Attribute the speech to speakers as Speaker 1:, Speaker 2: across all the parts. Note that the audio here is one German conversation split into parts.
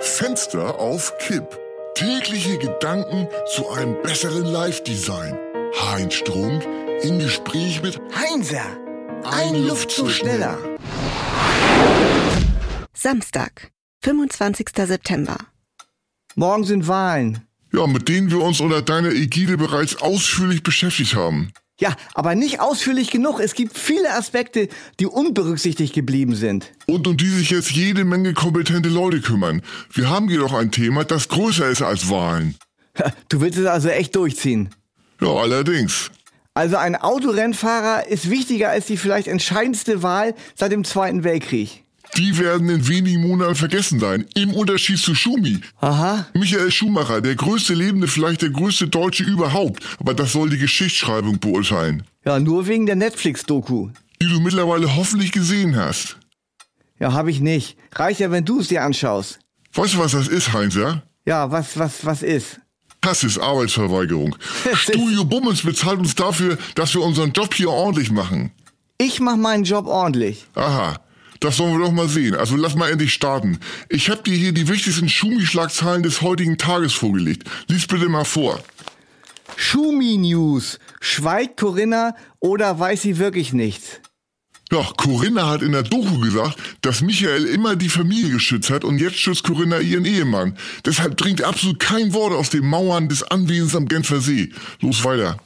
Speaker 1: Fenster auf Kipp. Tägliche Gedanken zu einem besseren Live-Design. Heinz Strunk im Gespräch mit
Speaker 2: Heinzer,
Speaker 1: Ein Luftzug schneller.
Speaker 3: Samstag, 25. September.
Speaker 2: Morgen sind Wahlen.
Speaker 1: ja, mit denen wir uns unter deiner Ägide bereits ausführlich beschäftigt haben.
Speaker 2: Ja, aber nicht ausführlich genug. Es gibt viele Aspekte, die unberücksichtigt geblieben sind.
Speaker 1: Und um die sich jetzt jede Menge kompetente Leute kümmern. Wir haben jedoch ein Thema, das größer ist als Wahlen.
Speaker 2: Du willst es also echt durchziehen.
Speaker 1: Ja, allerdings.
Speaker 2: Also ein Autorennfahrer ist wichtiger als die vielleicht entscheidendste Wahl seit dem Zweiten Weltkrieg.
Speaker 1: Die werden in wenigen Monaten vergessen sein. Im Unterschied zu Schumi.
Speaker 2: Aha.
Speaker 1: Michael Schumacher, der größte Lebende, vielleicht der größte Deutsche überhaupt. Aber das soll die Geschichtsschreibung beurteilen.
Speaker 2: Ja, nur wegen der Netflix-Doku.
Speaker 1: Die du mittlerweile hoffentlich gesehen hast.
Speaker 2: Ja, hab ich nicht. Reicht ja, wenn du es dir anschaust.
Speaker 1: Weißt du, was das ist, Heinzer?
Speaker 2: Ja, was, was, was ist?
Speaker 1: Das ist Arbeitsverweigerung. Studio Bummens bezahlt uns dafür, dass wir unseren Job hier ordentlich machen.
Speaker 2: Ich mach meinen Job ordentlich.
Speaker 1: Aha. Das sollen wir doch mal sehen. Also lass mal endlich starten. Ich habe dir hier die wichtigsten Schumi-Schlagzeilen des heutigen Tages vorgelegt. Lies bitte mal vor.
Speaker 2: Schumi News. Schweigt Corinna oder weiß sie wirklich nichts?
Speaker 1: Ja, Corinna hat in der Doku gesagt, dass Michael immer die Familie geschützt hat und jetzt schützt Corinna ihren Ehemann. Deshalb dringt absolut kein Wort aus den Mauern des Anwesens am Genfer See. Los weiter.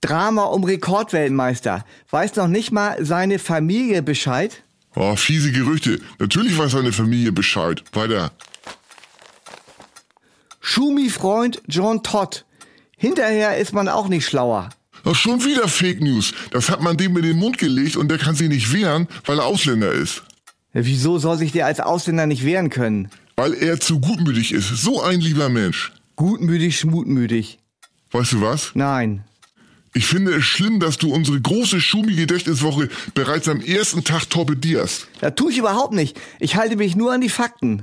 Speaker 2: Drama um Rekordweltmeister. Weiß noch nicht mal seine Familie Bescheid?
Speaker 1: Oh, fiese Gerüchte. Natürlich weiß seine Familie Bescheid. Weiter.
Speaker 2: Schumi-Freund John Todd. Hinterher ist man auch nicht schlauer.
Speaker 1: Oh, schon wieder Fake News. Das hat man dem in den Mund gelegt und der kann sich nicht wehren, weil er Ausländer ist.
Speaker 2: Wieso soll sich der als Ausländer nicht wehren können?
Speaker 1: Weil er zu gutmütig ist. So ein lieber Mensch.
Speaker 2: Gutmütig, schmutmütig.
Speaker 1: Weißt du was?
Speaker 2: Nein.
Speaker 1: Ich finde es schlimm, dass du unsere große Schumi-Gedächtniswoche bereits am ersten Tag torpedierst.
Speaker 2: Das tue ich überhaupt nicht. Ich halte mich nur an die Fakten.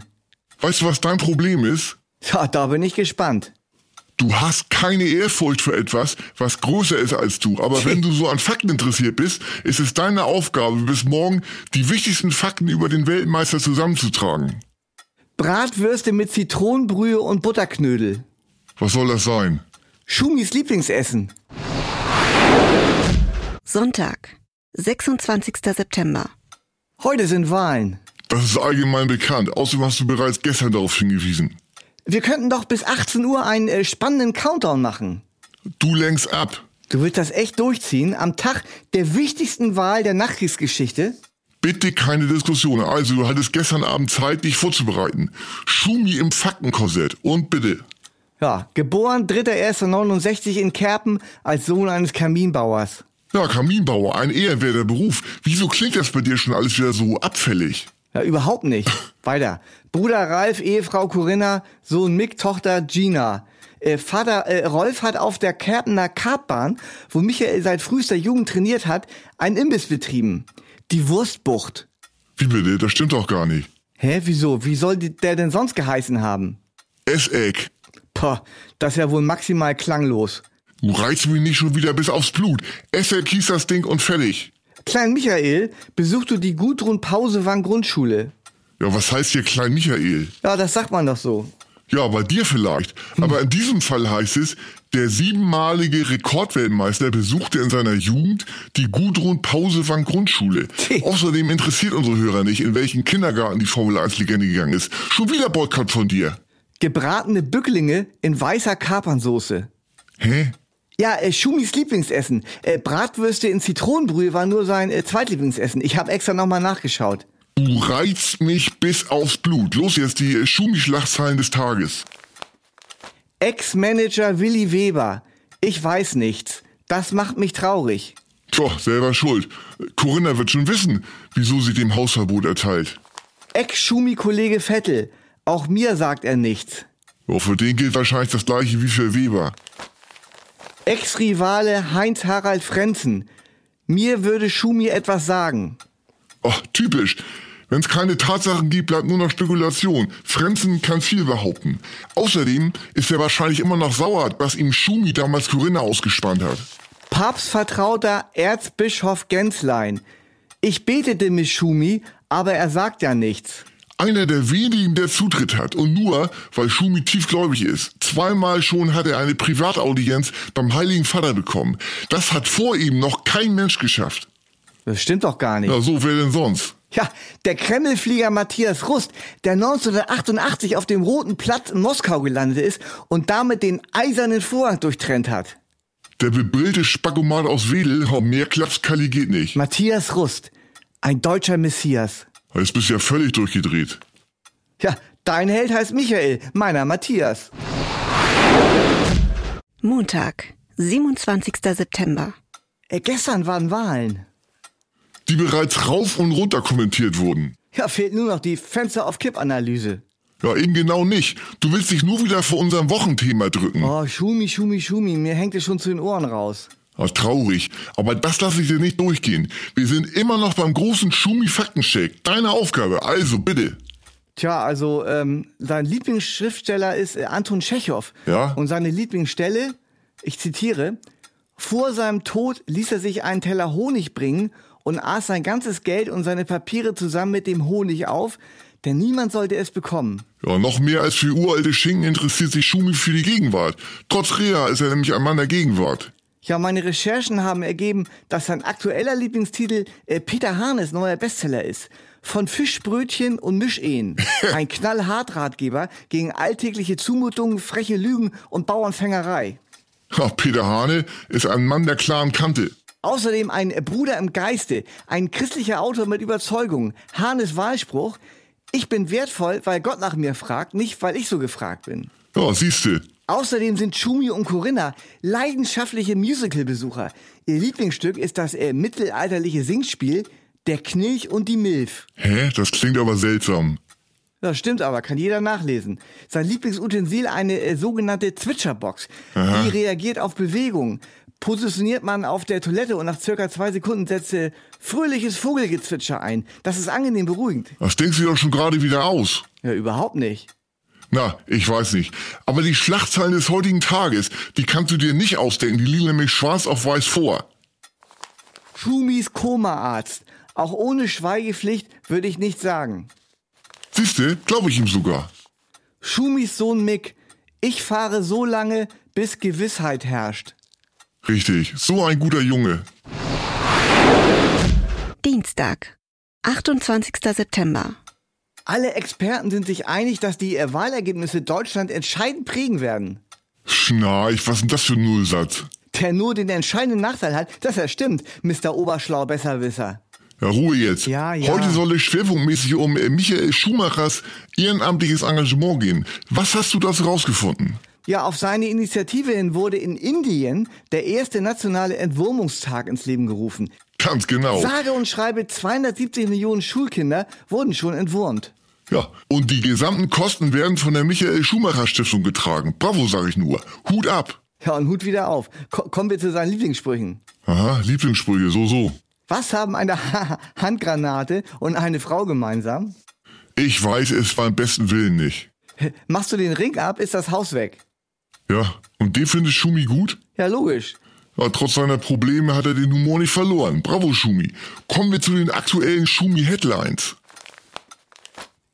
Speaker 1: Weißt du, was dein Problem ist?
Speaker 2: Ja, da bin ich gespannt.
Speaker 1: Du hast keine Ehrfurcht für etwas, was größer ist als du. Aber wenn du so an Fakten interessiert bist, ist es deine Aufgabe, bis morgen die wichtigsten Fakten über den Weltmeister zusammenzutragen.
Speaker 2: Bratwürste mit Zitronenbrühe und Butterknödel.
Speaker 1: Was soll das sein?
Speaker 2: Schumis Lieblingsessen.
Speaker 3: Sonntag, 26. September.
Speaker 2: Heute sind Wahlen.
Speaker 1: Das ist allgemein bekannt. Außerdem hast du bereits gestern darauf hingewiesen.
Speaker 2: Wir könnten doch bis 18 Uhr einen äh, spannenden Countdown machen.
Speaker 1: Du lenkst ab.
Speaker 2: Du willst das echt durchziehen? Am Tag der wichtigsten Wahl der Nachkriegsgeschichte?
Speaker 1: Bitte keine Diskussion. Also, du hattest gestern Abend Zeit, dich vorzubereiten. Schumi im Faktenkorsett. Und bitte.
Speaker 2: Ja, geboren 3.1.69 in Kerpen als Sohn eines Kaminbauers.
Speaker 1: Ja, Kaminbauer, ein ehrenwerter Beruf. Wieso klingt das bei dir schon alles wieder so abfällig?
Speaker 2: Ja, überhaupt nicht. Weiter. Bruder Ralf, Ehefrau Corinna, Sohn Mick, Tochter Gina. Äh, Vater äh, Rolf hat auf der Kerpener Kartbahn, wo Michael seit frühester Jugend trainiert hat, einen Imbiss betrieben. Die Wurstbucht.
Speaker 1: Wie bitte? Das stimmt doch gar nicht.
Speaker 2: Hä, wieso? Wie soll die- der denn sonst geheißen haben?
Speaker 1: Esseck,
Speaker 2: Pah, das ist ja wohl maximal klanglos.
Speaker 1: du reizt mich nicht schon wieder bis aufs Blut. Esseck hieß das Ding und fertig.
Speaker 2: Klein Michael besuchte die Gudrun Pausewang Grundschule.
Speaker 1: Ja, was heißt hier Klein Michael?
Speaker 2: Ja, das sagt man doch so.
Speaker 1: Ja, bei dir vielleicht. Aber in diesem Fall heißt es, der siebenmalige Rekordweltmeister besuchte in seiner Jugend die Gudrun Pausewang Grundschule. Außerdem interessiert unsere Hörer nicht, in welchen Kindergarten die Formel 1 Legende gegangen ist. Schon wieder Boykott von dir.
Speaker 2: Gebratene Bücklinge in weißer Kapernsoße.
Speaker 1: Hä?
Speaker 2: Ja, äh, Schumis Lieblingsessen. Äh, Bratwürste in Zitronenbrühe war nur sein äh, Zweitlieblingsessen. Ich habe extra nochmal nachgeschaut.
Speaker 1: Du reizt mich bis aufs Blut. Los jetzt die äh, Schumi-Schlagzeilen des Tages.
Speaker 2: Ex-Manager Willi Weber. Ich weiß nichts. Das macht mich traurig.
Speaker 1: Tja, selber schuld. Corinna wird schon wissen, wieso sie dem Hausverbot erteilt.
Speaker 2: Ex-Schumi-Kollege Vettel. Auch mir sagt er nichts.
Speaker 1: Ja, für den gilt wahrscheinlich das gleiche wie für Weber.
Speaker 2: Ex-Rivale Heinz-Harald Frenzen. Mir würde Schumi etwas sagen.
Speaker 1: Ach, typisch. Wenn es keine Tatsachen gibt, bleibt nur noch Spekulation. Frenzen kann viel behaupten. Außerdem ist er wahrscheinlich immer noch sauer, dass ihm Schumi damals Corinna ausgespannt hat.
Speaker 2: Papstvertrauter Erzbischof Genslein. Ich betete mit Schumi, aber er sagt ja nichts.
Speaker 1: einer der wenigen, der Zutritt hat. Und nur, weil Schumi tiefgläubig ist. Zweimal schon hat er eine Privataudienz beim Heiligen Vater bekommen. Das hat vor ihm noch kein Mensch geschafft.
Speaker 2: Das stimmt doch gar nicht.
Speaker 1: Na, so wer denn sonst?
Speaker 2: Ja, der Kremlflieger Matthias Rust, der 1988 auf dem Roten Platz in Moskau gelandet ist und damit den eisernen Vorhang durchtrennt hat.
Speaker 1: Der bebrillte Spackomat aus Wedel, oh, mehr Klapskalli geht nicht.
Speaker 2: Matthias Rust, ein deutscher Messias.
Speaker 1: Jetzt bist du ja völlig durchgedreht.
Speaker 2: Ja, dein Held heißt Michael, meiner Matthias.
Speaker 3: Montag, 27. September.
Speaker 2: Äh, gestern waren Wahlen.
Speaker 1: Die bereits rauf und runter kommentiert wurden.
Speaker 2: Ja, fehlt nur noch die Fenster auf Kipp-Analyse.
Speaker 1: Ja, eben genau nicht. Du willst dich nur wieder vor unserem Wochenthema drücken.
Speaker 2: Oh, Schumi, Schumi, Schumi, mir hängt es schon zu den Ohren raus.
Speaker 1: Ah, traurig. Aber das lasse ich dir nicht durchgehen. Wir sind immer noch beim großen Schumi-Faktencheck. Deine Aufgabe. Also, bitte.
Speaker 2: Tja, also ähm, sein Lieblingsschriftsteller ist äh, Anton Tschechow.
Speaker 1: Ja?
Speaker 2: Und seine Lieblingsstelle, ich zitiere, vor seinem Tod ließ er sich einen Teller Honig bringen und aß sein ganzes Geld und seine Papiere zusammen mit dem Honig auf, denn niemand sollte es bekommen.
Speaker 1: Ja, noch mehr als für uralte Schinken interessiert sich Schumi für die Gegenwart. Trotz Rea ist er nämlich ein Mann der Gegenwart.
Speaker 2: Ja, meine Recherchen haben ergeben, dass sein aktueller Lieblingstitel äh, Peter Harnes neuer Bestseller ist. Von Fischbrötchen und Mischehen. Ein knallhart Ratgeber gegen alltägliche Zumutungen, freche Lügen und Bauernfängerei.
Speaker 1: Ja, Peter Hane ist ein Mann der klaren Kante.
Speaker 2: Außerdem ein Bruder im Geiste, ein christlicher Autor mit Überzeugung. Hahnes Wahlspruch, ich bin wertvoll, weil Gott nach mir fragt, nicht weil ich so gefragt bin.
Speaker 1: Ja, siehste.
Speaker 2: Außerdem sind Schumi und Corinna leidenschaftliche Musical-Besucher. Ihr Lieblingsstück ist das äh, mittelalterliche Singspiel Der Knilch und die Milf.
Speaker 1: Hä? Das klingt aber seltsam.
Speaker 2: Das stimmt aber, kann jeder nachlesen. Sein Lieblingsutensil eine äh, sogenannte Zwitscherbox. Die reagiert auf Bewegung. Positioniert man auf der Toilette und nach circa zwei Sekunden setzt äh, fröhliches Vogelgezwitscher ein. Das ist angenehm beruhigend.
Speaker 1: Das denkst du dir doch schon gerade wieder aus.
Speaker 2: Ja, überhaupt nicht.
Speaker 1: Na, ich weiß nicht. Aber die Schlachtzeilen des heutigen Tages, die kannst du dir nicht ausdenken. Die liegen nämlich schwarz auf weiß vor.
Speaker 2: Schumis Komaarzt. Auch ohne Schweigepflicht würde ich nichts sagen.
Speaker 1: Siehste, glaube ich ihm sogar.
Speaker 2: Schumis Sohn Mick. Ich fahre so lange, bis Gewissheit herrscht.
Speaker 1: Richtig, so ein guter Junge.
Speaker 3: Dienstag, 28. September.
Speaker 2: Alle Experten sind sich einig, dass die äh, Wahlergebnisse Deutschland entscheidend prägen werden.
Speaker 1: Schnarch, was ist denn das für ein Nullsatz?
Speaker 2: Der nur den entscheidenden Nachteil hat, dass er stimmt, Mr. Oberschlau Besserwisser.
Speaker 1: Ja, Ruhe jetzt.
Speaker 2: Ja, ja.
Speaker 1: Heute soll es schwerpunktmäßig um äh, Michael Schumachers ehrenamtliches Engagement gehen. Was hast du das rausgefunden?
Speaker 2: Ja, auf seine Initiative hin wurde in Indien der erste nationale Entwurmungstag ins Leben gerufen.
Speaker 1: Ganz genau.
Speaker 2: Sage und schreibe 270 Millionen Schulkinder wurden schon entwurmt.
Speaker 1: Ja, und die gesamten Kosten werden von der Michael Schumacher Stiftung getragen. Bravo, sage ich nur. Hut ab.
Speaker 2: Ja, und Hut wieder auf. Ko kommen wir zu seinen Lieblingssprüchen.
Speaker 1: Aha, Lieblingssprüche, so, so.
Speaker 2: Was haben eine Handgranate und eine Frau gemeinsam?
Speaker 1: Ich weiß es beim besten Willen nicht.
Speaker 2: Machst du den Ring ab, ist das Haus weg.
Speaker 1: Ja, und den findet Schumi gut?
Speaker 2: Ja, logisch.
Speaker 1: Ja, trotz seiner Probleme hat er den Humor nicht verloren. Bravo, Schumi. Kommen wir zu den aktuellen Schumi-Headlines.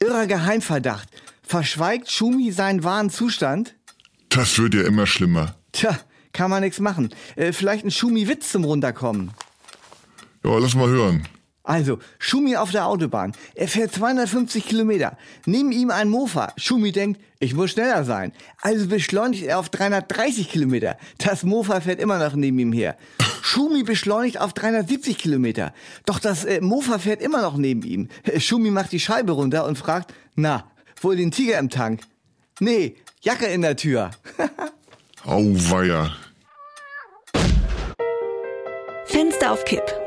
Speaker 2: Irrer Geheimverdacht. Verschweigt Schumi seinen wahren Zustand?
Speaker 1: Das wird ja immer schlimmer.
Speaker 2: Tja, kann man nichts machen. Äh, vielleicht ein Schumi-Witz zum Runterkommen.
Speaker 1: Ja, lass mal hören.
Speaker 2: Also, Schumi auf der Autobahn. Er fährt 250 Kilometer. Neben ihm ein Mofa. Schumi denkt, ich muss schneller sein. Also beschleunigt er auf 330 Kilometer. Das Mofa fährt immer noch neben ihm her. Schumi beschleunigt auf 370 Kilometer. Doch das äh, Mofa fährt immer noch neben ihm. Äh, Schumi macht die Scheibe runter und fragt, na, wohl den Tiger im Tank? Nee, Jacke in der Tür.
Speaker 1: Auweia.
Speaker 3: Fenster auf Kipp